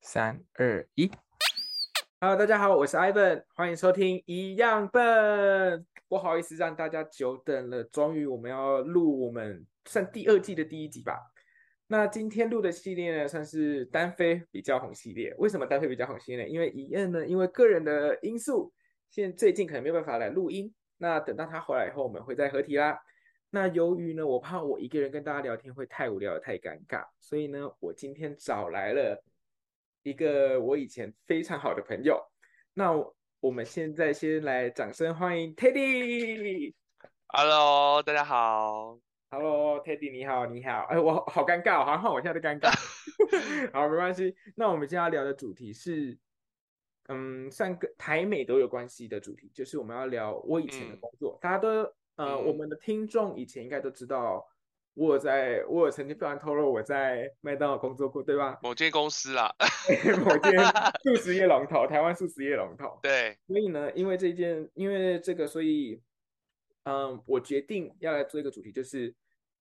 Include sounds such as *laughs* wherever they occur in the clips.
三二一 Hello，大家好，我是 Ivan，欢迎收听一样笨。不好意思让大家久等了，终于我们要录我们算第二季的第一集吧。那今天录的系列呢，算是单飞比较红系列。为什么单飞比较红系列呢？因为一燕呢，因为个人的因素，现最近可能没有办法来录音。那等到他回来以后，我们会再合体啦。那由于呢，我怕我一个人跟大家聊天会太无聊、太尴尬，所以呢，我今天找来了一个我以前非常好的朋友。那我我们现在先来掌声欢迎 Teddy。 Hello，大家好。 Hello，Teddy，你好，你好。哎，我好好尴尬哦，好像换我现在的尴尬。 *laughs* 好，没关系。那我们今天要聊的主题是，嗯，算跟台美都有关系的主题，就是我们要聊我以前的嗯工作。大家都，呃，我嗯们的听众以前应该都知道，我有在，我有曾经不然透露我在麦当劳工作过，对吧？ *laughs* 某间公司啦， *laughs* 某间素食业龙头，台湾素食业龙头。对，所以呢，因为这件，因为这个，所以，嗯，我决定要来做一个主题，就是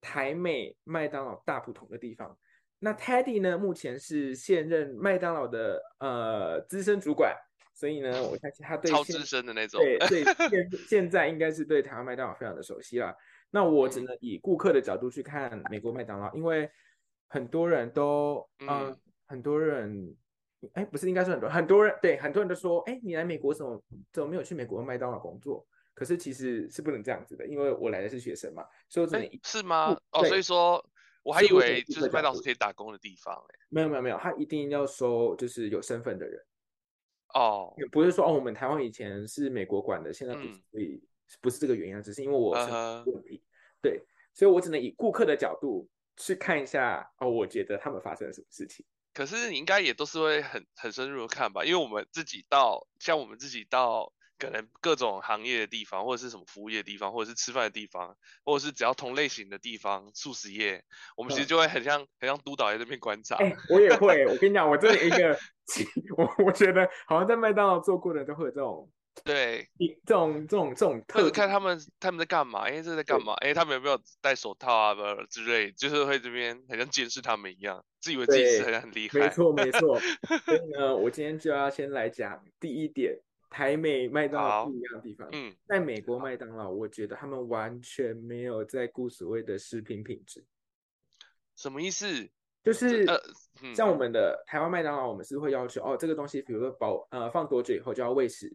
台美麦当劳大不同的地方。那 Teddy 呢，目前是现任麦当劳的呃资深主管，所以呢，我相信他对超现资深的那种。 *laughs* 对对现现在应该是对台湾麦当劳非常的熟悉了。那我只嗯能以顾客的角度去看美国麦当劳，因为很多人都，嗯、嗯很多人，哎，不是应该说很多很多人，对，很多人都说，哎，你来美国怎么怎么没有去美国麦当劳工作？可是其实是不能这样子的，因为我来的是学生嘛，所以我只能哎以，是吗嗯？哦，对所以说我还是以我为的一就个是麦角当度劳是可以打工的地方嘞。没有没有没有，他一定要收就是有身份的人。哦，也不是说哦，我们台湾以前是美国管的，现在不是嗯，所以不是这个原因啊，只是因为我嗯身体哼问题，对，所以我只能以顾客的角度去看一下哦，我觉得他们发生了什么事情。可是你应该也都是会很很深入的看吧？因为我们自己到，像我们自己到可能各种行业的地方，或者是什么服务业的地方，或者是吃饭的地方，或者是只要同类型的地方，素食业，我们其实嗯就会很像很像督导在那边观察。哎、我也会，我跟你讲，我这里一 *laughs* 个，我我觉得好像在麦当劳做过的人都会有这种对，这种这种这种特或者看他们他们在干嘛，哎，这在干对嘛？哎，他们有没有戴手套啊，不之类，就是会这边很像监视他们一样，自以为自己是对很很厉没害。 *laughs* 错，没错。所以呢，我今天就要先来讲第一点，台美麦当劳好不一样的地方。嗯，在美国麦当劳，我觉得他们完全没有在顾所谓的食品品质，什么意思？就是呃，嗯，像我们的台湾麦当劳，我们是会要求哦，这个东西比如说保呃放多久以后就要喂食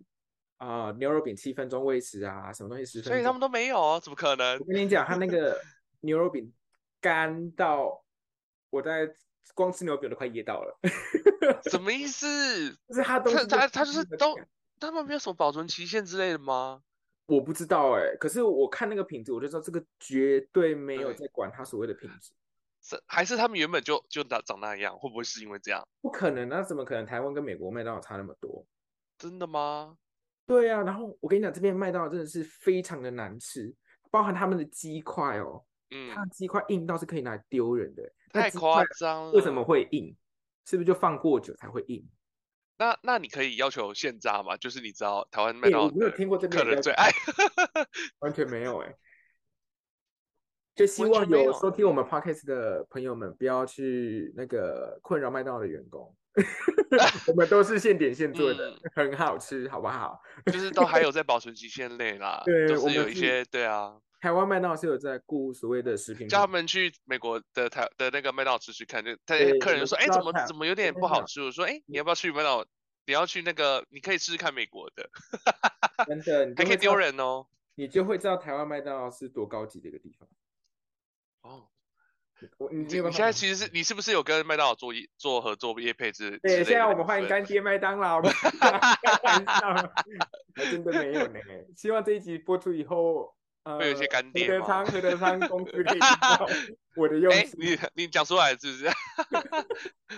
啊、牛肉饼七分钟喂食啊，什么东西十分所以他们钟。都没有，哦怎么可能我？跟你讲，他那 *laughs* 个牛肉饼干到我在光吃牛肉饼都快噎到了， *laughs* 什么意思？就是 *laughs* 他东他西他他就是都都，他们没有什么保存期限之类的吗？我不知道哎、可是我看那个品质，我就知道这个绝对没有对在管他所谓的品质，是还是他们原本就就长长那样？会不会是因为这样？不可能啊！怎么可能台湾跟美国麦当劳差那么多？真的吗？对啊，然后我跟你讲，这边麦当劳真的是非常的难吃，包含他们的鸡块哦，它嗯，的鸡块硬到是可以拿来丢人的欸。那太鸡夸块张为什么了。会硬？是不是就放过久才会硬？那那你可以要求现炸吗？就是你知道台湾麦哎当我劳没有的听过这边客有人要最求爱。完全没 *laughs* 有哎、就希完望全没有啊收听我们 podcast 的朋友们不要去那个困扰麦当劳的员 *laughs* 工，我们都是现点现做的，嗯很好吃，好不好？就是都还有在保存期限内啦， *laughs* 对就我是们有一是些对啊，台湾麦当劳是有在顾所谓的食品叫他品们去美国的台的那个麦当劳吃吃看，就他对客人我就说，知哎，道怎么台怎么有点麦不当好劳吃？我说，哎，嗯你要不要去麦当劳？你要去那个，你可以试试看美国的，真的，你就还可会知以丢道人哦。你就会知道台湾麦当劳是多高级的一个地方。哦，我你你没有办法你现在想其实是你是不是有跟麦当劳做业做合作业配之嗯对，现之类在的我们欢迎对干爹麦当 *laughs* 劳， *laughs* 开玩笑，还真的没有呢。希望这一集播出以后，呃，会有一些干爹何德吗昌，何德昌公司 *laughs* 可以听到我的用哎，心，你你讲出来是不是？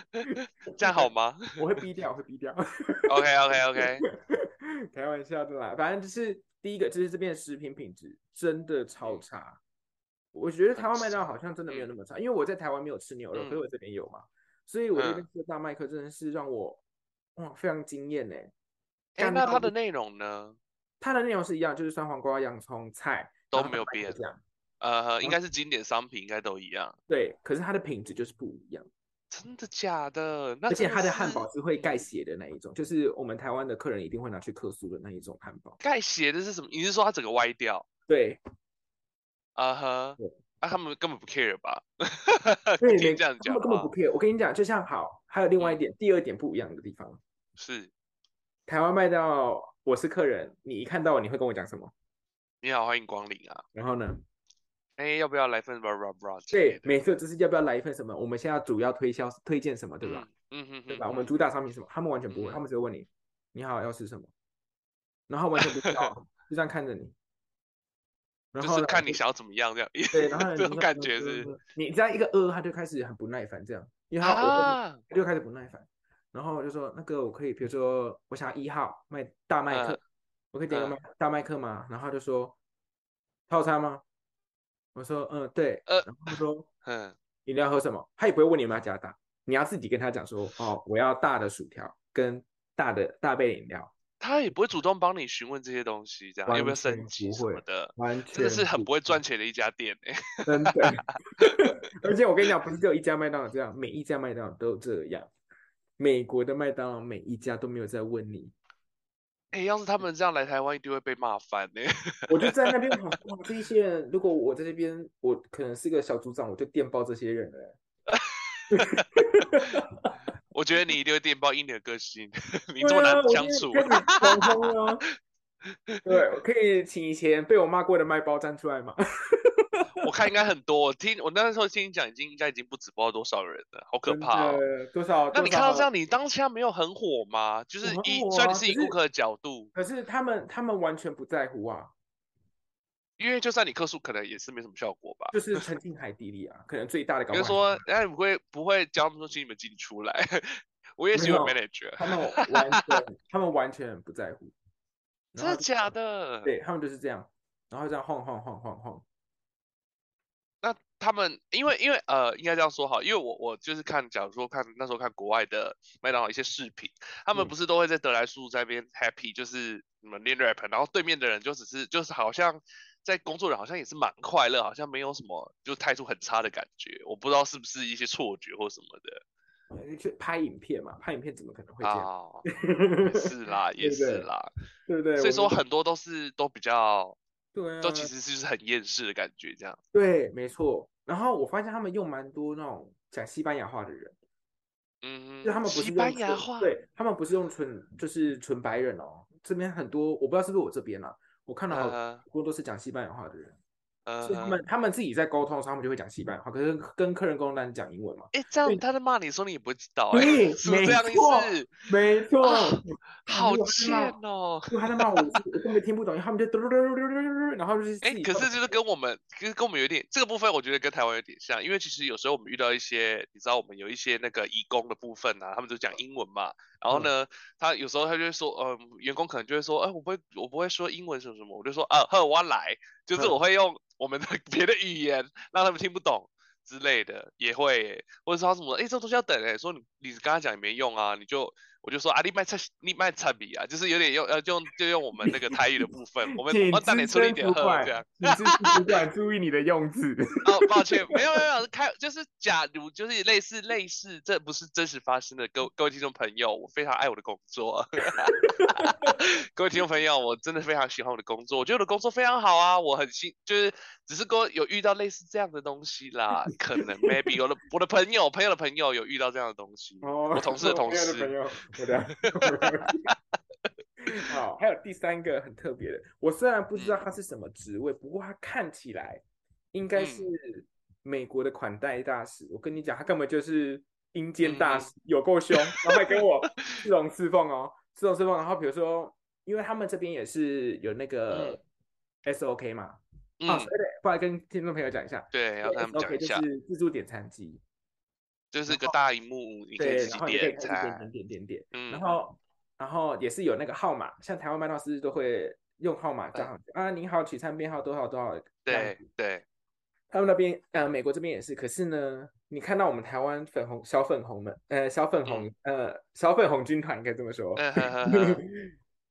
*laughs* 哎这样好吗我会逼掉，我会逼掉。 ？OK OK OK，开玩笑的啦，反正就是第一个，就是这边的食品品质真的超嗯差。我觉得很台湾麦当劳差好像真的没有嗯那么差，因为我在台湾没有吃牛肉，可是嗯我这边有嘛，所以我这边嗯吃的大麦克真的是让我哇非常惊艳呢。欸哎， *laughs* 干那到它不的内容呢？它的内容是一样，就是酸黄瓜、洋葱、菜都然后没有蛋白变这样。呃，应嗯该是经典商品，应该都一样。对，可是它的品质就是不一样。真的假的？那而嗯且真它的是汉堡是会盖血的那一种，就是我们台湾的客人一定会拿去客诉的那一种汉堡。盖血的是什么？你是说它整个歪掉？对，啊哈对，啊，他们根本不 care 吧？ *laughs* 对，听没这样他们讲嗯的根本话不 care。我跟你讲，就像好，还有另外一点，第二点不一样的地方，是台湾卖到我是客人，你一看到我，你会跟我讲什么？你好，欢迎光临啊！然后呢？哎，要不要来份 blah blah blah 之类对的，没错，就是要不要来一份什么？我们现在主要推销推荐什么，对吧？？嗯嗯哼哼，对吧？我哼们主打商品是什么？他们完全不会，嗯他们只会问你你好要吃什么，然后完全不知 *laughs* 道，就这样看着你，然就后是呢看你就想要怎么样这样。对，然后 *laughs* 呢这你种就感嗯觉嗯是嗯你这样一个呃，他就开始很不耐烦这样，因为他我啊，他就开始不耐烦，然后我就说那个我可以，比如说我想要一号麦大麦克嗯，我可以点个嗯麦大麦克吗？然后他就说套餐吗？我说嗯对，呃然后他说。嗯，饮料喝什么，他也不会问你有没有加大，你要自己跟他讲说，哦，我要大的薯条跟大的大杯饮料，他也不会主动帮你询问这些东西，这样要不完要升全级不什么会的，完真的是全很不会会赚钱的一家店哎。真的。 *laughs* 而且我跟你讲，不是只有一家麦当劳这样，每一家麦当劳都这样。美国的麦当劳每一家都没有在问你，哎，要是他们这样来台湾，一定会被骂翻哎。我就在那边想说，哇，这一些人，如果我在这边，我可能是个小组长，我就电报这些人了。 *laughs* 我觉得你一定会电报以你的个性， *laughs* 你对这么啊难我相现在处。开始装疯了啊。 *laughs* 对，我可以请以前被我骂过的麦包站出来吗？ *laughs* 我看应该很多，我听我那时候听你讲，已经应该已经不止不知道多少人了，好可真怕哦。的多少？那多你看到少这样，你当下没有很火吗？就我是很以火虽然你啊是可以顾是客的角度，可是他们他们完全不在乎啊，因为就算你客诉，可能也是没什么效果吧。就是沉进海底里啊，可能最大的搞比不如好还说，哎，不会不会教他们说请你们进出来， *laughs* 我也没喜欢有 manager，他们完全他们完全不 *laughs* 在乎，然真后的就假？的？对他们就是这样，然后这样晃晃晃晃晃，那他们因为因为呃，应该这样说好，因为我我就是看，假如说看那时候看国外的麦当劳一些视频，他们嗯不是都会在德莱树在那边 happy，就是你们练 rap，然后对面的人就只是就是好像在工作人好像也是蛮快乐，好像没有什么就态度很差的感觉，我不知道是不是一些错觉或什么的呃去拍影片嘛，拍影片怎么可能会这 *laughs* 样？啊、也是啦，*laughs* 对也不是对啦，对不对？所以说我们很多都是都比较对啊，都其实就是很厌世的感觉这样，对，没错。然后我发现他们用蛮多那种讲西班牙话的人。嗯就他哼，们不西是用班牙纯话，对他们不是用纯就是纯白人哦，这边很多我不知道是不是我这边啦、我看到好嗯哼多都是讲西班牙话的人，嗯所以他哼们他们自己在沟通的时候，他们就会讲西班牙话，可是跟客人沟通当然讲英文嘛。哎，这样对他在骂你的时候，你也不会知道哎、对，是不是没这样意错，思？没错，啊好如果他在骂贱哦！如果他在骂我，我根本听不懂，因为他们就嘟嘟嘟嘟嘟嘟嘟，然后就是自哎，己可是就是跟我们，其实跟我们有点这个部分，我觉得跟台湾有点像，因为其实有时候我们遇到一些，你知道我们有一些那个义工的部分啊，他们就讲英文嘛，然后嗯呢，他有时候他就会说，嗯、员工可能就会说，哎，我不会，我不会说英文什么什么，我就说啊，呵，我来，就是嗯我会用我们的 *laughs* 别的语言让他们听不懂。之类的也会耶，或者说什么，哎，这东西要等哎，说你你跟他讲也没用啊，你就我就说啊，你卖菜你卖菜比啊，就是有点用呃，就用就用我们那个台语的部分，我们请我们当资点出一深点主喝管这样。，请资深主管注意你的用字。哦，抱歉，没有没有没有开，就是假如就是类似类似，这不是真实发生的。各位各位听众朋友，我非常爱我的工作。 *laughs* 各位听众朋友，我真的非常喜欢我的工作，我觉得我的工作非常好啊，我很幸，就是只是跟我有遇到类似这样的东西啦，可能 maybe 有的我的朋友朋友的朋友有遇到这样的东西，哦，我同事的同朋友的朋事， *laughs* 友，我的。好，还有第三个很特别的，我虽然不知道嗯他是什么职位，不过他看起来应该是嗯美国的款待大使。我跟你讲，他根本就是阴间嗯大使，有够凶，然后还跟我自龙自凤哦，自龙自凤。然后比如说，因为他们这边也是有那个 SOK 嘛，啊，嗯，所以得不然跟听众朋友讲一下对，要跟他们讲，SOK 一下就，是自助点餐机。就是个大荧幕，你可以对，自然己后你可以点开始点餐，点点点点，嗯然后然后也是有那个号码，像台湾麦当劳是不是都会用号码账号啊，您好，取餐编号多少多少，这样对子对，他们那边呃，美国这边也是，可是呢，你看到我们台湾粉红小粉红们，呃，小粉红呃小粉红军团应该这么说， *laughs* 嗯哼哼哼，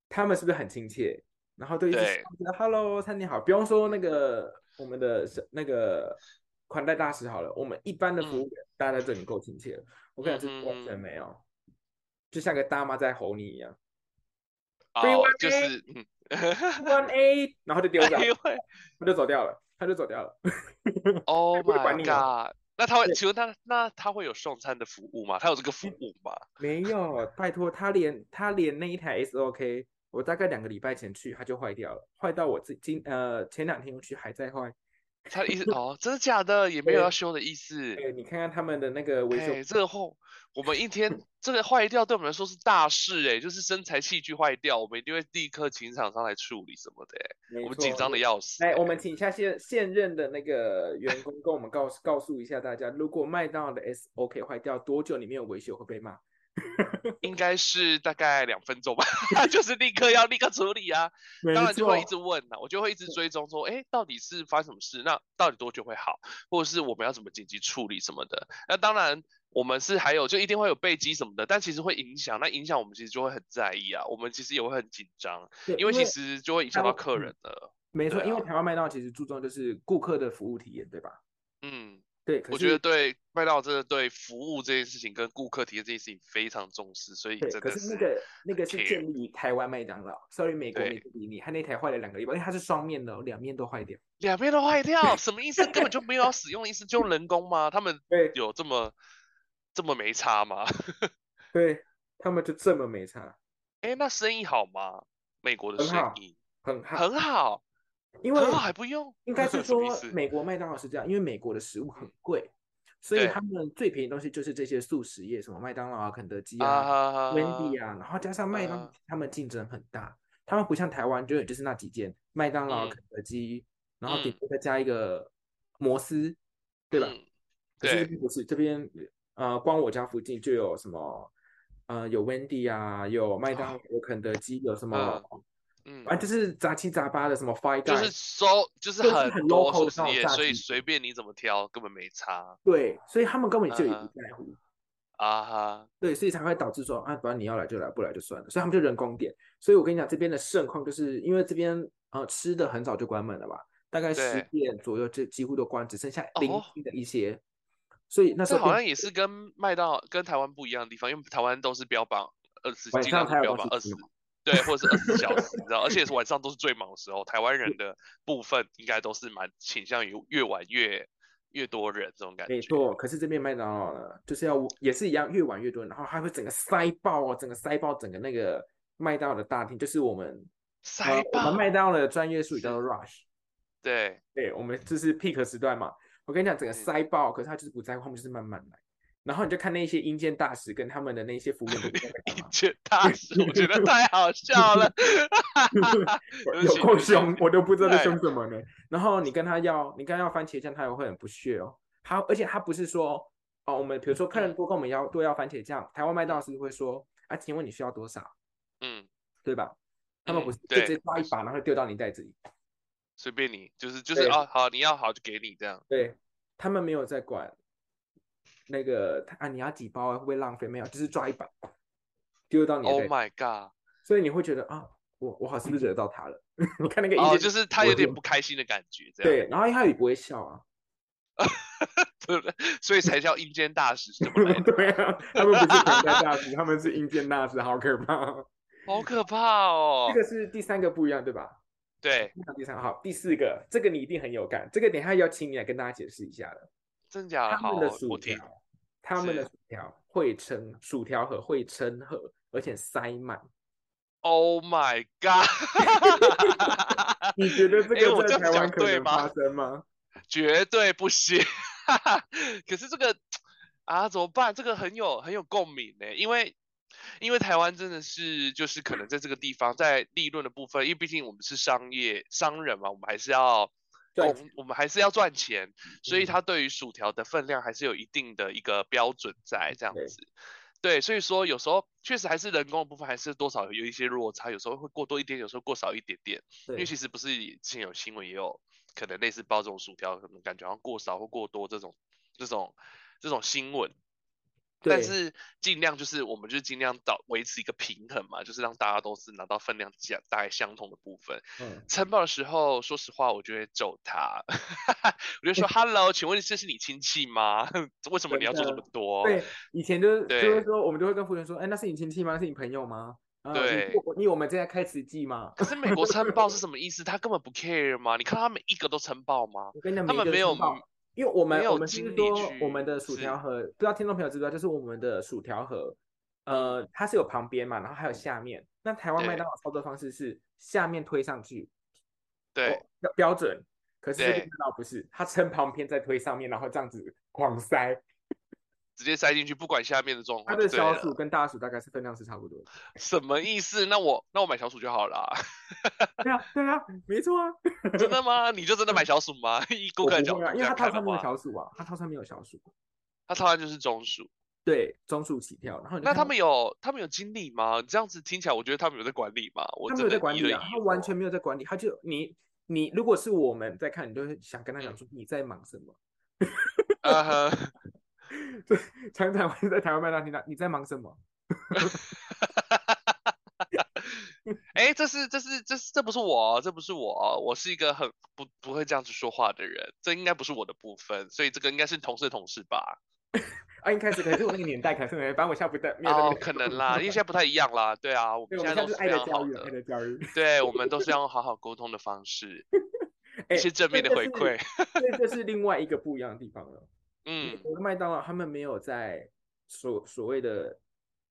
他们是不是很亲切？然后对一直对笑着 “Hello，餐厅好”，不用说那个我们嗯的那个款待大使好了，我们一般的服务员大家就已经够亲切了。我可能是完全没有，就像个大妈在吼你一样哦，就是嗯， *laughs* ，one A，然 *laughs* 后就丢掉，因为他就走掉了，他就走掉了。 *laughs* Oh 不会管 my 你 god！那他会，对嗯请问他那他会有送餐的服务吗？他有这个服务吗？没有，拜托，他连他连那一台 SOK，我大概两个礼拜前去，它就坏掉了，坏到我自今呃前两天又去还在坏。他的意思哦，真的假的？也没有对要修的意思。哎，你看看他们的那个维修，哎，这个后我们一天这个坏掉，对我们来说是大事哎，就是身材器具坏掉，我们一定会立刻请厂商来处理什么的哎，没我们错紧张的要死来，哎。我们请一下现现任的那个员工跟我们告告诉一下大家，如果麦当劳的 SOK 坏掉，多久你没有维修会被骂？欸应该是大概两分钟吧， *laughs* 就是立刻要立刻处理啊。没当然就错，会一直问啊呐、我就会一直追踪说，哎，到底是发生什么事？那到底多久会好，或者是我们要怎么紧急处理什么的？那当然，我们是还有就一定会有备机什么的，但其实会影响，那影响我们其实就会很在意啊，我们其实也会很紧张，对因为其实就会影响大到部客嗯人了。没错，对因为啊台湾麦当劳其实注重就是顾客的服务体验，对吧？嗯，对，可我是觉得对麦当劳真的对服务这件事情跟顾客体验这件事情非常重视，所以对，真可的是那个那个是 care 建立于台湾麦当劳，sorry 美国对没理你，他那台坏了两个礼拜，因为它是双面的哦，两面都坏掉。两边都坏掉，什么意思？根本就没有要使用的意思，就用人工吗？他们对有这么这么没差吗？对，他们就这么没差，哎，那生意好吗？美国的很生好意很好，很好，因为很好还不用， *laughs* 应该是什说么意思美国麦当劳是这样，因为美国的食物很贵，所以对他们最便宜的东西就是这些速食业，什么麦当劳啊、肯德基啊、啊 Wendy 啊，然后加上麦当啊劳，他们竞争很大，他们不像台湾，就有就是那几间麦当劳、嗯肯德基，然后顶嗯多再加一个摩斯，对吧？嗯可是这对，边不是，这边呃，光我家附近就有什么，呃，有 Wendy 啊，有麦当劳，有肯德基，有什么，嗯，反正就是杂七杂八的什么 Five 就 Guys，是收，就是就是很很多 local 素的食那种业，炸所以鸡随便你怎么挑，根本没差对，所以他们根本就也嗯不哼在乎，啊哈。对，所以才会导致说啊，反正你要来就来，不来就算了，所以他们就人工点。所以我跟你讲，这边的盛况就是因为这边呃吃的很早就关门了吧，大概十对点左右就几乎都关，只剩下零哦星的一些，所以那时这候好变像也是跟麦当劳跟台湾不一样的地方，因为台湾都是标榜二十，晚尽上量是才有标东榜西二吃十嘛，对，或者是二十小时，你知道，而且是晚上都是最忙的时候。台湾人的部分应该都是蛮倾向于越晚越越多人这种感没觉。错，呃可是这边麦当劳呢，就是要也是一样，越晚越多人，然后还会整个塞爆哦，整个塞爆整个那个麦当劳的大厅，就是我们塞呃我爆们，麦当劳的专业术语叫是做 rush，对，对，我们就是 peak 时段嘛。我跟你讲，整个嗯塞爆，可是他就是不在乎，他们就是慢慢来。然后你就看那些阴间大使跟他们的那些服务员都不知道在干一嘛件大事，我觉 *laughs* 得太好笑了，有够 *laughs* 对不起对不起 *laughs* 凶，我都不知道在哎凶什么呢。然后你跟他要，你跟他要番茄酱，他也会很不屑哦。他而且他不是说哦，我们比如说嗯客人多跟我们要多要番茄酱，台湾麦当劳是会说啊，请问你需要多少，嗯，对吧？他们嗯不是就对直接抓一把，然后丢到你袋子里。随便你，就是就是对啊，好，你要好就给你这样，对，他们没有在管那个啊，你要几包啊，会不会浪费？没有，就是抓一把丢到你的 Oh 袋子 my god！所以你会觉得啊，我我好像是不是惹到他了？ *laughs* 你看那个哦，意见就是他我有点就不开心的感觉，这样。对，然后他也不会笑啊，对不对？ *laughs* 所以才叫阴间大使是怎么来 *laughs* 的？对啊，他们不是反派大 *laughs* 师，他们是阴间大师，好可怕哦！好可怕哦这！个是第三个不一样，对吧？对，那第三个好，第四个这个你一定很有感，这个等一下要请你来跟大家解释一下了。真假他的啊好，哦们的薯我听条，他们的是薯条会称薯条盒会称盒，而且塞满。 ，Oh my god！ *laughs* 你觉得这诶哎我个这在样台湾讲可对能吗发生吗？绝对不行。 *laughs* 可是这个啊，怎么办？这个很有很有共鸣呢，因为因为台湾真的是就是可能在这个地方，在利润的部分，因为毕竟我们是商业商人嘛，我们还是要赚工，我们还是要赚钱，所以嗯它对于薯条的分量还是有一定的一个标准在这样对子。对，所以说有时候确实还是人工的部分还是多少有一些落差，有时候会过多一点，有时候过少一点点。因为对其实不是之前有新闻也有可能类似包这种薯条，可能感觉好像过少或过多这种这种这种新闻。对但是尽量就是我们就尽量找维持一个平衡嘛，就是让大家都是拿到分量相大概相同的部分。嗯，晨报的时候，说实话，我就会揍他， *laughs* 我就说 “Hello，请问这是你亲戚吗？为什么你要做这么多？”对，以前就是就哦对是说，我们就会跟服务员说，哎，那是你亲戚吗？那是你朋友吗？啊，你对我你以为我们正在开慈济吗？可是美国申报是什么意思？他根本不 care 吗？你看他每一个都申报吗？我跟你讲，他每一们个没有申报，因为我们没有我们是精力说去我们的薯条盒，不知道听众朋友知不知道，就是我们的薯条盒，呃，它是有旁边嘛，然后还有下面。那台湾对麦当劳操作方式是下面推上去，对哦，标标准，可是对麦当劳不是，它撑旁边再推上面，然后这样子狂塞，直接塞进去，不管下面的状它况就的哦对啊小薯了。跟大薯大概是分量是差不 *laughs* 多的。什么意思？那我那我买小鼠就好 *laughs* 啦。对啊，对啊，没错啊，真的吗？你就真的买小鼠吗？ *laughs* 以嗯顾我客的不角会度啊，因这为样它套看的餐没有话，小薯啊，它套餐没有小薯，它套餐就是中鼠。对，中薯起跳，然后你就那看他到们有他们有经理吗？这样子听起来，我觉得他们有在管理吗？我他没真有的在管一理对啊，一他完我全没有在管理，他就你你如果是我们在看，你就会想跟嗯他讲说你在忙什么， *laughs* 啊呵常常会在台湾麦当劳听到你在忙什么，哎，这是这是这是这不是我哦，这不是我哦，我是一个很不不会这样子说话的人，这应该不是我的部分，所以这个应该是同事的同事吧？啊，一开始可能是我那个年代，可能是没，反正我现在不在，没有在那哦，边可能 *laughs* 啦，因为现在不太一样啦，对啊，我对，们我现们在现在都就是是爱的非常教好育啊，爱的，的教 *laughs* 育，对，我们都是要用好好沟通的方式，哎，一些正面的这回是馈，这这是另外一个不一样的地方 *laughs* 了。美嗯，国的麦当劳他们没有在所所谓的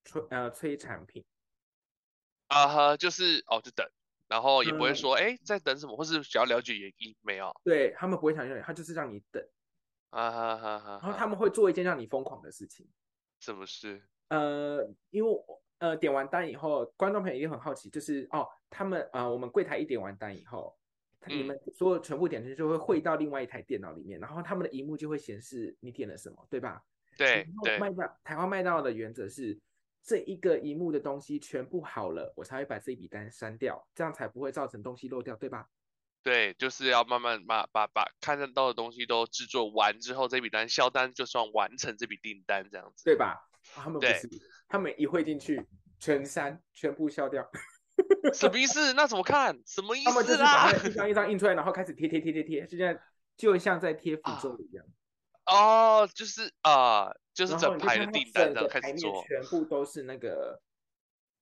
催呃催产品，啊哈，就是哦，就等，然后也不会嗯说哎在等什么，或是想要了解原因没有，对他们不会想让你，他就是让你等，啊哈哈哈然后哈他们会做一件让你疯狂的事情。什么事？呃，因为我呃点完单以后，观众朋友一定很好奇，就是哦，他们啊、呃我们柜台一点完单以后，他你嗯们所有全部点进去就会汇到另外一台电脑里面，然后他们的荧幕就会显示你点了什么，对吧？然对后对，麦当台湾麦当劳的原则是，这一个荧幕的东西全部好了，我才会把这一笔单删掉，这样才不会造成东西漏掉，对吧？对，就是要慢慢把把把看得到的东西都制作完之后，这笔单销单就算完成这笔订单这样子。对吧？啊他们不对是，他们一汇进去全删，全部消掉。什么意思？那怎么看？什么意他们就思是把啦？它一张一张印出来，然后开始贴贴贴贴贴，就像就像在贴符咒一样，哦，就是啊、就是然后整你就排看的到订单整这样个开台始面做。全部都是那个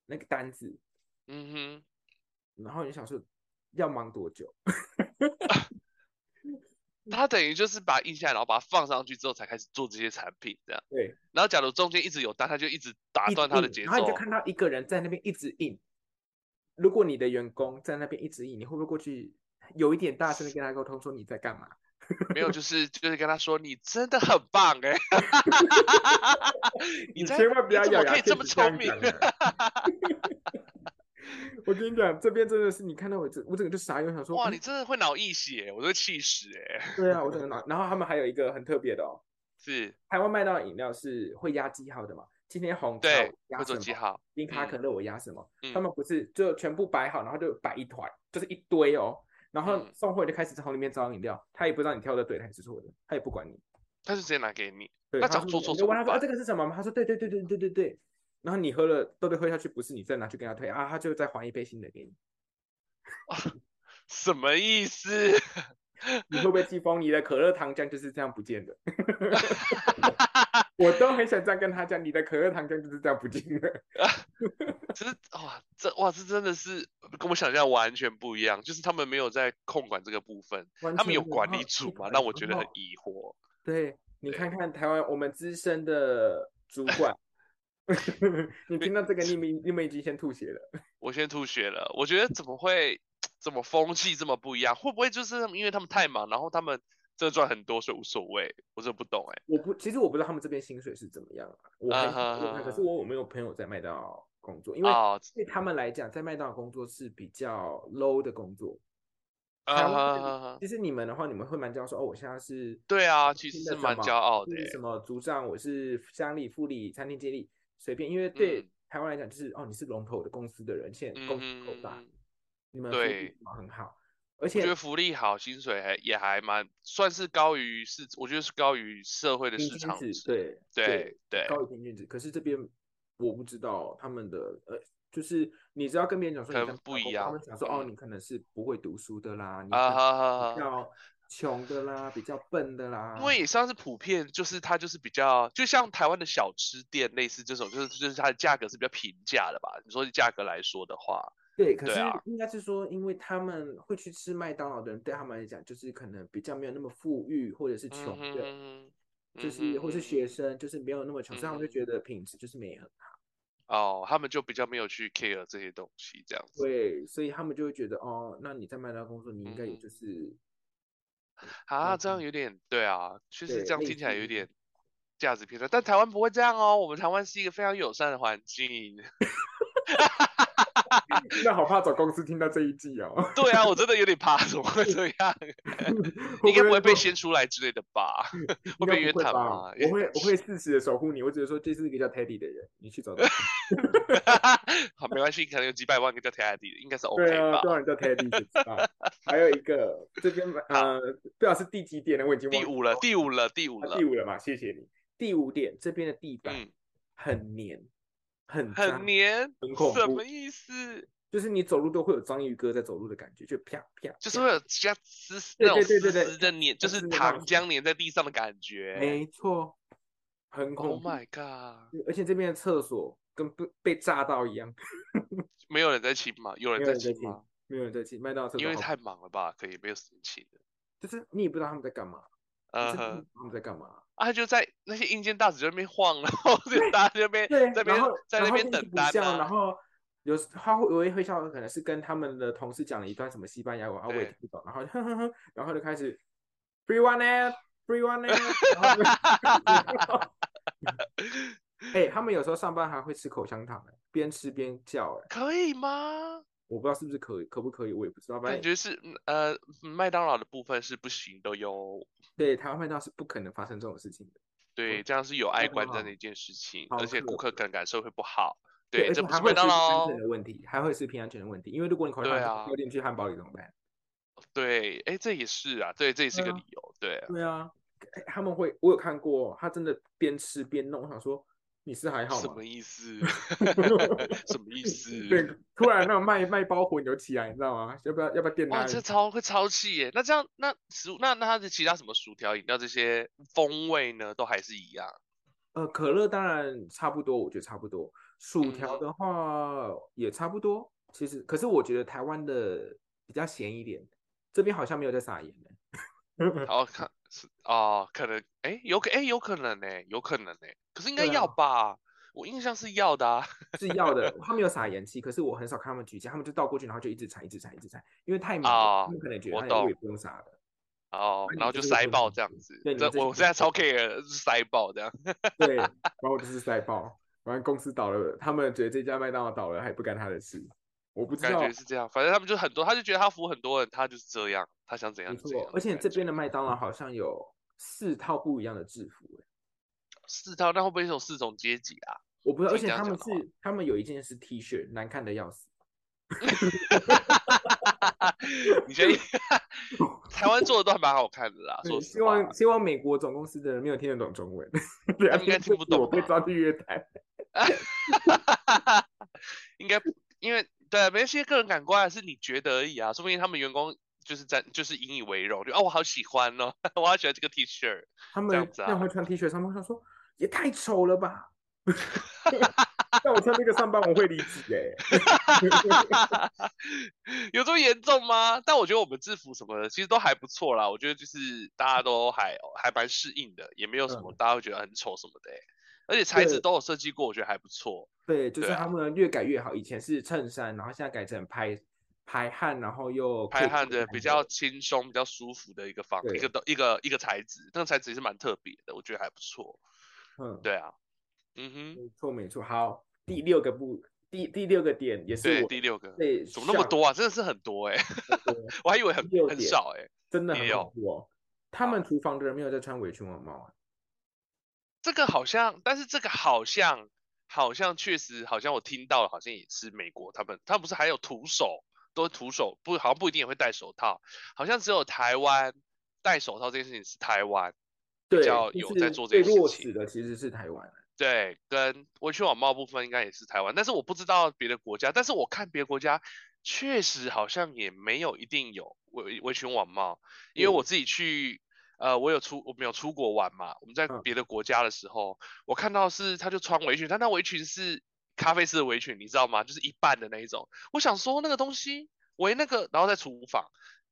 那个单子，嗯然后你就想说要忙多久？哼，他等于就是把它印下来，然后把它放上去之后才开始做这些产品这样。对，然后假如中间一直有单，他就一直打一直断他的印节然后你就奏。看到一个人在那边一直印。如果你的员工在那边一直印，你会不会过去有一点大声的跟他沟通说你在干嘛？*laughs* 没有，就是就是跟他说，你真的很棒哎、 *laughs* 你在千万不你要怎么咬牙可以切这么齿这样聪明讲？啊！ *laughs* 我跟你讲，这边真的是你看到我这，我整个就傻眼，我想说哇，嗯你真的会脑溢血，我都会气死哎、对啊，我整个拿。然后他们还有一个很特别的哦，是，台湾麦当劳饮料是会压记号的嘛？今天红茶对我，压会什做么？记号，冰卡可嗯乐我压什么？嗯他们不是就全部摆好，然后就摆一团，就是一堆哦。然后嗯送货就开始从里面找饮料，他也不知道你挑的对的还是错的，他也不管你。他就直接拿给你。对，那他找说做你错你就怎问么他说啊办这个是什么吗？他说对对对对对对对。然后你喝了豆豆喝下去不是你，再拿去跟他退啊，他就再还一杯新的给你。什么意思？ *laughs* 你会不会气疯？你的可乐糖浆就是这样不见的。 *laughs* 我都很想这样跟他讲，你的可乐糖浆就是这样不见的。其实哇，这哇这真的是跟我想象完全不一样，就是他们没有在控管这个部分，完他们全有没管然理后组一嘛，管让我觉得然很后疑惑。对你对看看台湾，我们资深的主 *laughs* 管，你听到这个，你们你们已经先吐血了。我先吐血了，我觉得怎么会怎么风气这么不一样？会不会就是他们因为他们太忙，然后他们真的赚很多，所以无所谓？我真的不懂哎、我不，其实我不知道他们这边薪水是怎么样啊，我很啊哈想问看，可是哈我我没有朋友在麦当劳工作，因为哦，对他们来讲，在麦当劳工作是比较 low 的工作。台湾啊哈是哈哈，其实你们的话，你们会蛮骄傲说，哦，我现在是对啊，其实新的是什蛮么骄傲就的是欸什么组长，我是乡里、副理、餐厅经理，随便，因为对嗯台湾来讲，就是哦，你是龙头的公司的人，现在公司够大嗯，你们福利对什么很好，而我觉且得福利好，薪水还也还蛮，算是高于市，我觉得是高于社会的平市均场值值。对对对对，高于平均值，可是这边我不知道他们的呃，就是你只要跟别人讲说可你在能美不国一工作，他样们想说哦，嗯你可能是不会读书的啦，你啊可哈能哈比哈。较穷的啦，比较笨的因为啦，以上是普遍，就是它就是比较，就像台湾的小吃店类似这种，就是就是它的价格是比较平价的吧？你说价格来说的话，对，可对是啊，应该是说，因为他们会去吃麦当劳的人，对他们来讲就是可能比较没有那么富裕，或者是嗯穷哼的，哼就嗯是哼或是学哼生，就是没有那么穷，嗯所以他们就哼，觉得品质就是没很好。哦，他们就比较没有去 care 这些东西，这样子，对，所以他们就会觉得哦，那你在麦当劳工作，你应嗯该也就哼，是啊，嗯，这样有点，对啊，确实对，这样类听起来有似，点价值偏差，但台湾不会这样哦，我们台湾是一个非常友善的环境。那好怕找公司听到这一季哦，对啊，我真的有点怕，怎么会这样？ *laughs* 会 *laughs* 不应该不会会被说掀出来之类的 *laughs* 吧？ *laughs* 应会该被不约会谈吧？吗？我会我会适时的守护你，我只是说这是一个叫 Teddy 的人，你去 *laughs* 找他。好，没关系，可能有几百万个叫 Teddy 的，应该是对 OK 啊，吧？多少人叫 Teddy 谁知道？还有一个这边 *laughs* 好，呃，不知道是第几点了，我已经第忘记五了，了第五了，第五啊，第了，五了嘛，谢谢你。第五点，这边的地板嗯，很黏，很很脏，黏，很恐什怖，么意思？就是你走路都会有章鱼哥在走路的感觉，就啪啪就是啪。会有加丝丝对那种对对丝对对，丝的黏，就就是是那种，糖浆粘在地上的感觉。没错，很 Oh 恐怖。 my god！而且这边的厕所跟被被炸到一样，没有人在亲吗？有人没有在人在亲清，吗？没有人在清，麦当劳厕因所为好太恐忙了吧，可以没有时间亲的。怖，就是你也不知道他们在干嘛，你嗯真的不知哼。道他们在干嘛。啊，就在那些阴间大使在那边晃， *laughs* 然后就大家在那边对，在那然后边在然那后就一直边等不单笑，然啊。后有时他会我也会笑，可能是跟他们的同事讲了一段什么西班牙文，啊我也听对，不懂，然后哼哼哼，然后就开始 free one n free one n *laughs* 然后就哎、他们有时候上班还会吃口香糖，哎边吃边叫，哎，可以吗？我不知道是不是可以，可不可以，我也不知道，反感正觉是嗯呃，麦当劳的部分是不行的哟。对台湾麦当劳是不可能发生这种事情的，我对，这样是有麦碍当观瞻的劳一件事情，好而且可顾客恶。感感受会不好。对，对，而这且不还是麦会有当食品安劳全哦。的问题，还会有食品安全的问题，因为如果你口香对糖真的啊，掉进去汉堡里怎么办？对，哎，这也是啊，对，这也是对一个啊，理由。对，对啊，哎他们会，我有看过，哦他真的边吃边弄，我想说你是还好什吗？么意思？ *laughs* *laughs* 什么意思？对，突然那种卖 *laughs* 卖包魂就起来，你知道吗？要不要要不要电哇，他一这下？超会超气耶！那这样，那食物，那那它的其他什么薯条、饮料这些风味呢，都还是一样。呃，可乐当然差不多，我觉得差不多。薯嗯条哼，的话也差不多，其实可是我觉得台湾的比较咸一点，这边好像没有在撒盐的。然后看是哦，可能哎，有可哎，有可能呢，有可能呢。可是应该对要啊。吧？我印象是要的啊。 *laughs* 是要的，他们有撒盐器，可是我很少看他们举起，他们就倒过去，然后就一直铲，一直铲，一直铲，因为太忙了，他哦，们可能觉得，我哎，我也懂不用撒的，哦，那你们然后就就是塞不用爆撒这样盐，子。对，你这们这些我不用现在撒超盐， care 是塞爆这样。 *laughs* 对，然后我就是塞爆，然后公司倒了，他们觉得这家麦当劳倒了还不干他的事，我不知感觉道，是这样，反正他们就很多，他就觉得他服务很多人，他就是这样，他想怎样没就怎错，样而的且感这觉。边的麦当劳好像有四套不一样的制服，哎四套，那会不会是有四种阶级啊？我不知道，而听你且这样他们讲的话。是他们有一件是 T 恤，难看的要死，你觉得 *laughs* 台湾做的都还蛮好看的啦，说对，实希望话，希望美国总公司的人没有听得懂中文，等下 *laughs* 他们应听这该听不集我懂被吧？抓去约谈。 *laughs* 应该因为对，没些个人感官啊是你觉得而已啊，说不定他们员工就是在就是引以为荣，就哦我好喜欢哦， *laughs* 我好喜欢这个 T 恤，他这样们子让啊，我穿 T 恤，他们会想说也太丑了 *laughs* 吧！ *laughs* 让我穿这个上班，我会离职哎。 *laughs* 有这么严重吗？但我觉得我们制服什么的其实都还不错啦，我觉得就是大家都还还蛮适应的，也没有什么嗯，大家会觉得很丑什么的欸，而且材质对都有设计过，我觉得还不错，对，就对是啊。他们越改越好。以前是衬衫，然后现在改成排排汗，然后又可排以汗吸的比汗较的。轻松、比较舒服的一个方一对，个的一个一个材质，那个材质也是蛮特别的，我觉得还不错。嗯，对啊，嗯哼，没错没错。好，第六个不，第第六个点也是对，我第六个被怎么那么 shock 多啊？真的是很多哎、很多。 *laughs* 我还以为第很六很点少哎、真的你也很恐有怖哦，他们好，厨房的人没有在穿围裙外帽啊。这个好像，但是这个好像好像确实好像我听到了，好像也是美国他们，他们不是还有徒手？都徒手，不好像不一定也会戴手套，好像只有台湾戴手套这件事情是台湾比对，较就有是在做这件最事弱情势的其实是台湾。对，跟温泉网贸部分应该也是台湾，但是我不知道别的国家，但是我看别的国家确实好像也没有一定有围围裙网贸，因嗯为我自己去，呃，我有出我们有出国玩嘛，我们在嗯别的国家的时候，我看到是他就穿围裙，但那围裙是咖啡色的围裙，你知道吗？就是一半的那一种。我想说那个东西围那个，然后在厨房，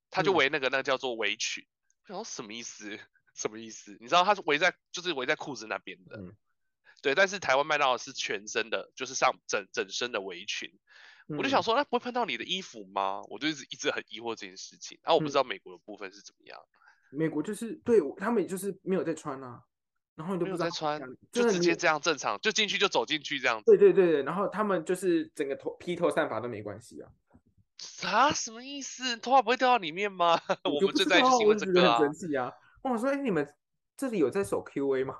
他就嗯围那个，那个叫做围裙，我想说什么意思？ *laughs* 什么意思？你知道他是围在就是围在裤子那边的。嗯对，但是台湾麦当劳是全身的，就是上整整身的围裙。我嗯就想说，那不会碰到你的衣服吗？我就一直一直很疑惑这件事情。啊然后我嗯不知道美国的部分是怎么样，美国就是对我他们就是没有在穿啊，然后你都没不有知道在他穿们讲，就真的直没接有这样正常，就进去就走进去这样子对对对对，然后他们就是整个头披头散发都没关系啊，啊？什么意思？头发不会掉到里面吗？ *laughs* 我就们不最知在意道就啊，是因我为就这觉得个很啊。神奇啊。我想说，哎，你们这里有在守 QA 吗？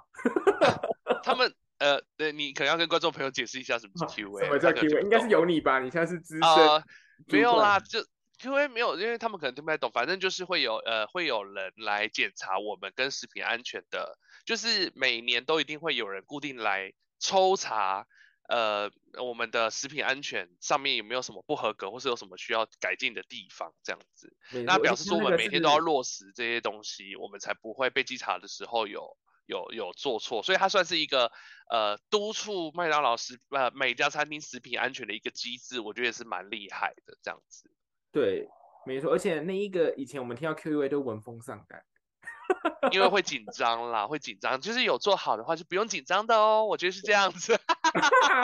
他们呃，对你可能要跟观众朋友解释一下什么是啊 QA，啊什么叫他可能听 QA？不应该是懂有你吧？你现在是资啊、深哦没主有啦，管，就 Q&A 没有，因为他们可能听不太懂，反正就是会有呃会有人来检查我们跟食品安全的，就是每年都一定会有人固定来抽查。呃，我们的食品安全上面有没有什么不合格，或是有什么需要改进的地方？这样子，没那错，而表且示他说我那们个每天都要是落实这些东西，我们才不会被稽查的时候有有有做错，所以它算是一个呃督促麦当劳食呃每家餐厅食品安全的一个机制，我觉得也是蛮厉害的这样子。对，没错，而且那一个以前我们听到 QA 都闻风丧 *laughs* 胆，因为会紧张啦，会紧张，就是有做好的话是不用紧张的哦，我觉得是这样子，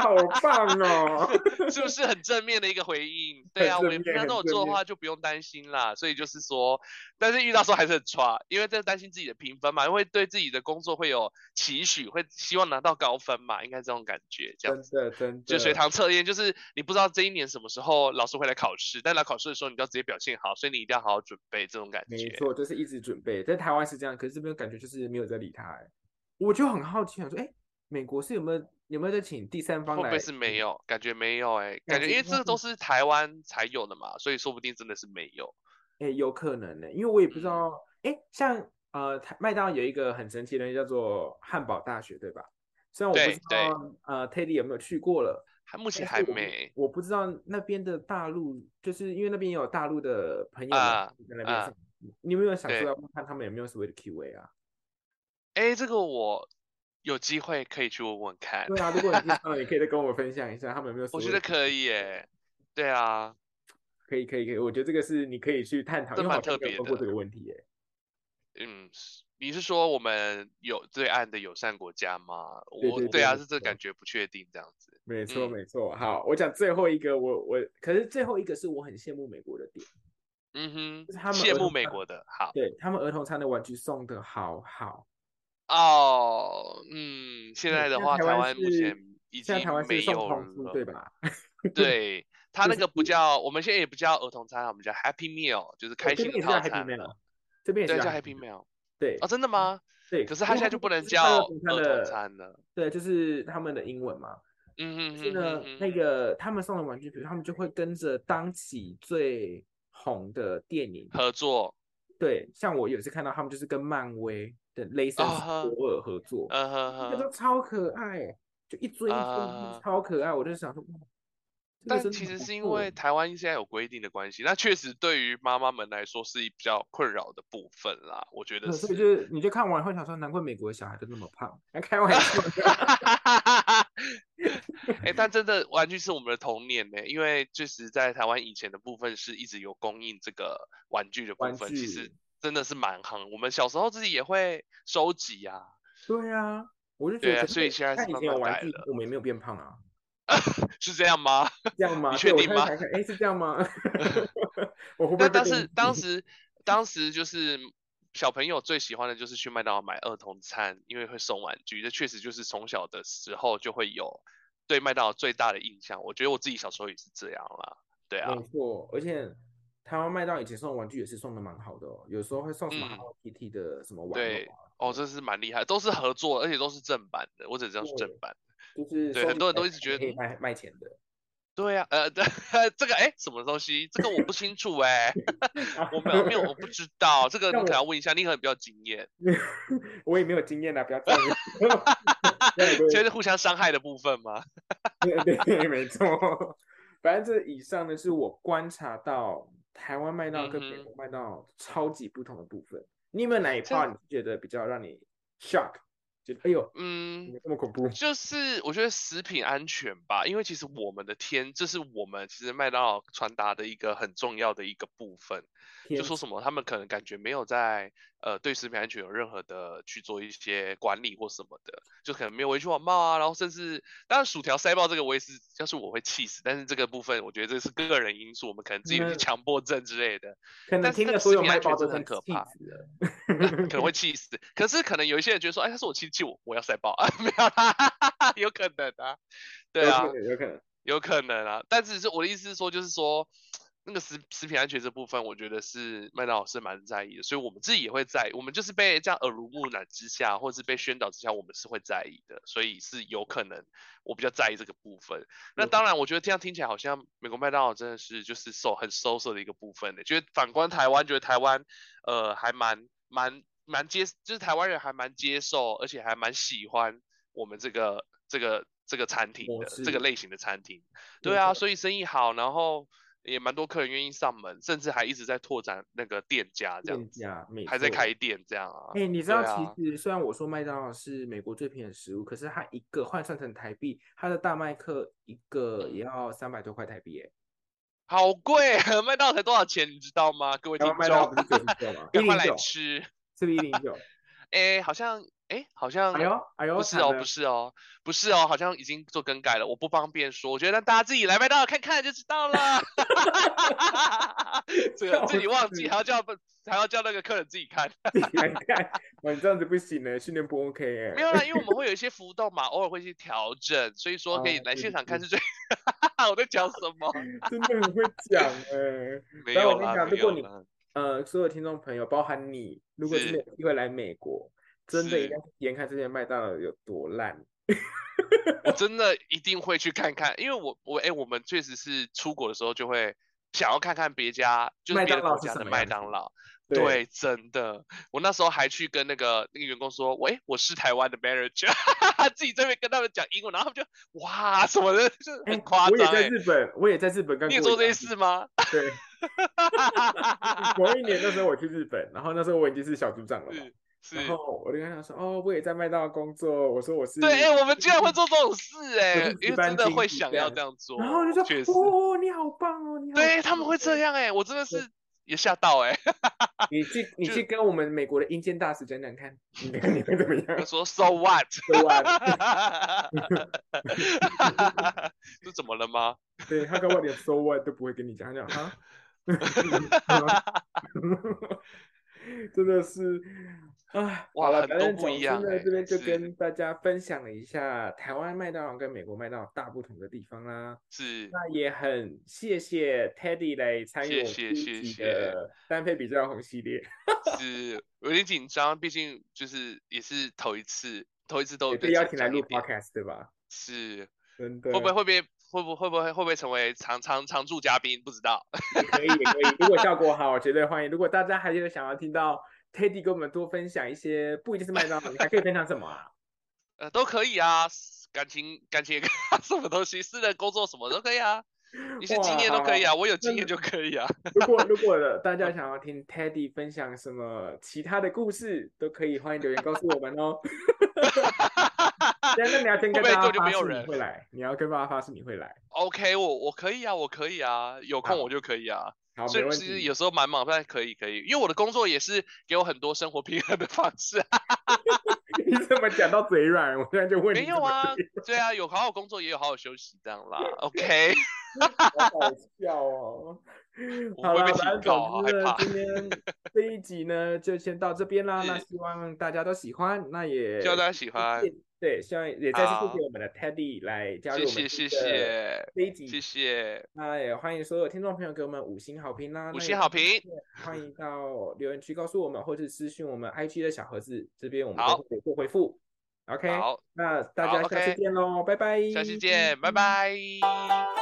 好棒哦， *laughs* 是不是很正面的一个回应？对啊，很正我也平面常都有很正做的面话就不用担心啦，所以就是说，但是遇到时候还是很差，因为在担心自己的评分嘛，因为对自己的工作会有期许，会希望拿到高分嘛，应该这种感觉这样真子。的真就学的，堂测验，就是你不知道这一年什么时候老师会来考试，但来考试的时候你就要直接表现好，所以你一定要好好准备这种感没觉。错，就是一直准备，在台湾是这样，可是这边感觉就是没有在理他，哎，我就很好奇，想说，哎，美国是有没有有没有在请第三方会不会来？是没有？感觉没有哎、感感觉觉因为应该这都是是台湾才有的嘛，所以说不定真的是没有。哎，有可能呢，因为我也不知嗯，道，哎，像呃，它麦当劳有一个很神奇的东西叫做汉堡大学，对吧？虽然我不知对对，道呃，Teddy 有没有去过了，还目前但还是我不没我不知道那边的大陆，就是因为那边也有大陆的朋友们啊在那边上啊，班，你有没有想说对，要问看他们有没有所谓的 QA *laughs* 啊？哎，这个我有机会可以去问问看，对啊，如果你知道，也可以再跟我们分享一下他们有没有所我觉谓的得可以哎、对啊，可以可以可以，我觉得这个是你可以去探讨，这因为蛮好像特没有问别过这的。个问题耶。嗯，是你是说我们有对岸的友善国家吗？对我对对对，啊，没是这错。感觉不确定这样子。 *laughs* 没错，嗯没错。好，我讲最后一个，我我可是最后一个是我很羡慕美国的点，嗯哼，就是他们羡儿慕童美餐，国的，好。对，他们儿童餐的玩具送的好好。哦，嗯，现在对，的现在话，台台湾湾目前是已现在台经湾是没送有童书，对了。吧？ *laughs* 对，它就那是个不叫，我们现在也不叫儿童餐，我们叫 Happy Meal，就是对，开这心边也的是叫套 Happy 餐了。 Meal，这边也是叫对，叫 Happy Happy Meal。 Meal。哦，对，真的吗？可对，是因为它现它在这就边不能是快乐儿叫童餐儿童的，餐了。对，就是他们的英文嘛。可嗯哼是哼哼呢，哼那哼，个他们送的玩具，比如他们就会跟着当期最红的电影。合作对，像我有一次看到他们就是跟漫威的雷啊神呵，索尔合作，嗯哼那个哼都超可爱，就一尊一尊，真的啊。超可爱。我就想说，哇，这个但真的哦其很实不是因错欸为台湾现在有规定的关系，那确实对于妈妈们来说是一比较困扰的部分啦，我觉得。嗯对，所以就是 *laughs* 是你就看完以后想说，难怪美国的小孩都那么胖。那开玩啊 *laughs* 笑哈的，哈哈哈哈！哎，但真的玩具是我们的童年呢，因为确实在台湾以前的部分是一直有供应这个玩具的部玩分，其实具，真的是蛮行。我们小时候自己也会收集啊，对啊，我就觉对得，啊，可是所以现在看是以慢前有慢玩改具，了，我们也没有变胖 *laughs* 啊，是这样吗？这样你吗？确对，我定现在吗？想想，哎，是这样吗？ *laughs* 我会不那会被但攻是当击？时当时就是小朋友最喜欢的就是去麦当劳买儿童餐，因为会送玩具，这确实就是从小的时候就会有对麦当劳最大的印象。我觉得我自己小时候也是这样啦，对啊，没错，而且台湾麦当劳以前送的玩具也是送的蛮好的哦，有时候会送什么嗯， Hello Kitty 的什么玩偶对，啊什哦，么的。这是蛮厉害，都是合作，而且都是正版的，我只能这样说正对，版。就是对，收很集多人起来都一直觉还可得，以嗯，卖卖钱的。对呀、呃， *laughs* 这这个哎，什么东西？这个我不清楚哎，我没有没有，我不知道，这个你 *laughs* 那我可能要问一下，你可能比较有经验，我也没有经验啊，不要这 *laughs* 样。对对这是互相伤害的部分吗？ *laughs* 对对，没错。反正这以上呢，是我观察到台湾麦当劳跟嗯哼美国麦当劳超级不同的部分。你有没有哪一这 part 你觉得比较让你 shock？觉得哎呦，嗯怎，么这么恐怖？就是我觉得食品安全吧，因为其实我们的天，这是我们其实麦当劳传达的一个很重要的一个部分。天就说什么，他们可能感觉没有在呃对食品安全有任何的去做一些管理或什么的，就可能没有围裙网帽啊，然后甚至当然薯条塞爆这个我也是，要是我会气死，但是这个部分我觉得这是个人因素，我们可能自己有些嗯强迫症之类 *laughs* 的。可能但是听着那个所食有品麦安全包都真的很很可气怕死了。可能会气死。可是可能有一些人觉得说，哎，他是我亲戚，我我要塞爆啊， *laughs* 没有啦，有可能啊，对有啊可，能，有可能。有可能啊。但只是我的意思是说，就是说那个食食品安全这部分，我觉得是麦当劳是蛮在意的，所以我们自己也会在意。我们就是被这样耳濡目染之下，或是被宣导之下，我们是会在意的，所以是有可能我比较在意这个部分。那有可当然，我觉得这样听起来好像美国麦当劳真的是就是受很收涩的一个部分的，觉得反观台湾，觉得台湾呃还蛮蛮蛮接，就是台湾人还蛮接受，而且还蛮喜欢我们这个这个这个餐厅模的式这个类型的餐厅。没对啊，错所以生意好，然后也蛮多客人愿意上门，甚至还一直在拓展那个店家这样店子，家没还在错开店这样啊。哎、你知对道，啊其实虽然我说麦当劳是美国最便宜的食物，可是它一个换算成台币，它的大麦克一个嗯也要三百多块台币耶。好贵， *laughs* 麦当劳才多少钱，你知道吗？各位台听湾麦当劳众不，是九十九吗？一赶快零来九吃。是不是一零九？哎，好像，哎，好像哎呦哎呦，不是惨哦，了 *laughs* 不是哦，不是哦，好像已经做更改了，我不方便说，我觉得让大家自己来麦当劳看看就知道 *laughs* 了。这个自己忘记，还要叫还要叫那个客人自己看。自己来看，哎哇，你这样子不行呢，训练不 OK 欸耶。没有啦，因为我们会有一些浮动嘛，偶尔会去调整，所以说可以哦来对现对场看对是最。 *laughs* 我在讲什 *laughs* 么？ *laughs* 真的很会讲哎。没但我有跟你啦，讲没如果有你啦。呃，所有听众朋友，包含你，如果真的是有机会来美国，真的是一定要体验看这些麦当劳有多烂。我真的一定会去看看，因为我我哎、我们确实是出国的时候就会想要看看别家，就是麦别当的劳国是家什的么麦样子当劳。对，对，真的，我那时候还去跟那个那个员工说，喂，我是台湾的 manager，自 *laughs* 己这边跟他们讲英文，然后他们就哇什么的，就是哎很夸我也张在哎、日本，我也在日本干你也过做一这些样的事啊吗？对， *laughs* 某一年那时候我去日本，然后那时候我已经是小组长了嘛，是然是。后我就跟他说，哦，我也在麦当劳工作，我说我是，对，哎、我们居然会做这种事、我哎是，值因为班真的经会理想这要样这样做，然后我就确实，说，哦，你好棒哦，你好，对他们会这，样、哎，我真的对是也吓到、哎，你去你就去跟我们美国的阴间大使讲讲看，你看你会怎么我样？说 so what， *laughs* 对 *laughs* 吧？这怎么了吗？对他跟我连 so what 都不会跟你讲，他讲哈，啊 *laughs* 真的是啊，哇好了，很反多正不总一之样呢，欸这边就是跟大家分享了一下台湾麦当劳跟美国麦当劳大不同的地方啦。是，那也很谢谢 Teddy 来参与我谢们谢第一谢集谢的单飞比较红系列，是有点紧张，毕竟就是也是头一次，头一次都也有被点邀紧请来张录一点， podcast 对吧？是真的，会不会会不会会不会不会会不会成为常常常驻嘉宾？不知道，也可以，也可以。如果效果好，我绝对欢迎。如果大家还有想要听到 Teddy 跟我们多分享一些，不一定是麦当劳，你还可以分享什么 *laughs* 啊？呃，都可以啊，感情感情也可以啊 *laughs* 什么东西，私人工作什么都可以啊，一些经验都可以啊，我有经验就可以啊，如果如果大家想要听 Teddy 分享什么其他的故事，都可以欢迎留言告诉我们 *laughs* 哦。但是你要先跟会不会大根家本就发没有誓你人会来，你要跟爸爸发誓你会来。 OK，我我可以啊，我可以啊，有空好我就可以啊。好，所没以问其实题。有时候蛮忙，但可以可以，因为我的工作也是给我很多生活平衡的方式啊。 *laughs* 你怎么讲到嘴软？我现在就问你。没有啊，对啊，有好好工作，也有好好休息 *laughs* 这样啦。OK，好好笑哦。我好会了，被警反正告啊总害之呢，怕今天 *laughs* 这一集呢就先到这边啦。是那希望大家都喜欢，那也希望大家喜欢，谢对，希望也再次谢好谢我们的 Teddy 来加入谢我们谢谢这个谢这一集。谢谢，那也欢迎所有听众朋友给我们五星好评啦，五那星也好评，欢迎到留言区告诉我们，或是私信我们 IG 的小盒子这边，我们好都会做回复。OK，好，那大家好下次，OK 见喽，拜拜，下期见，拜。拜。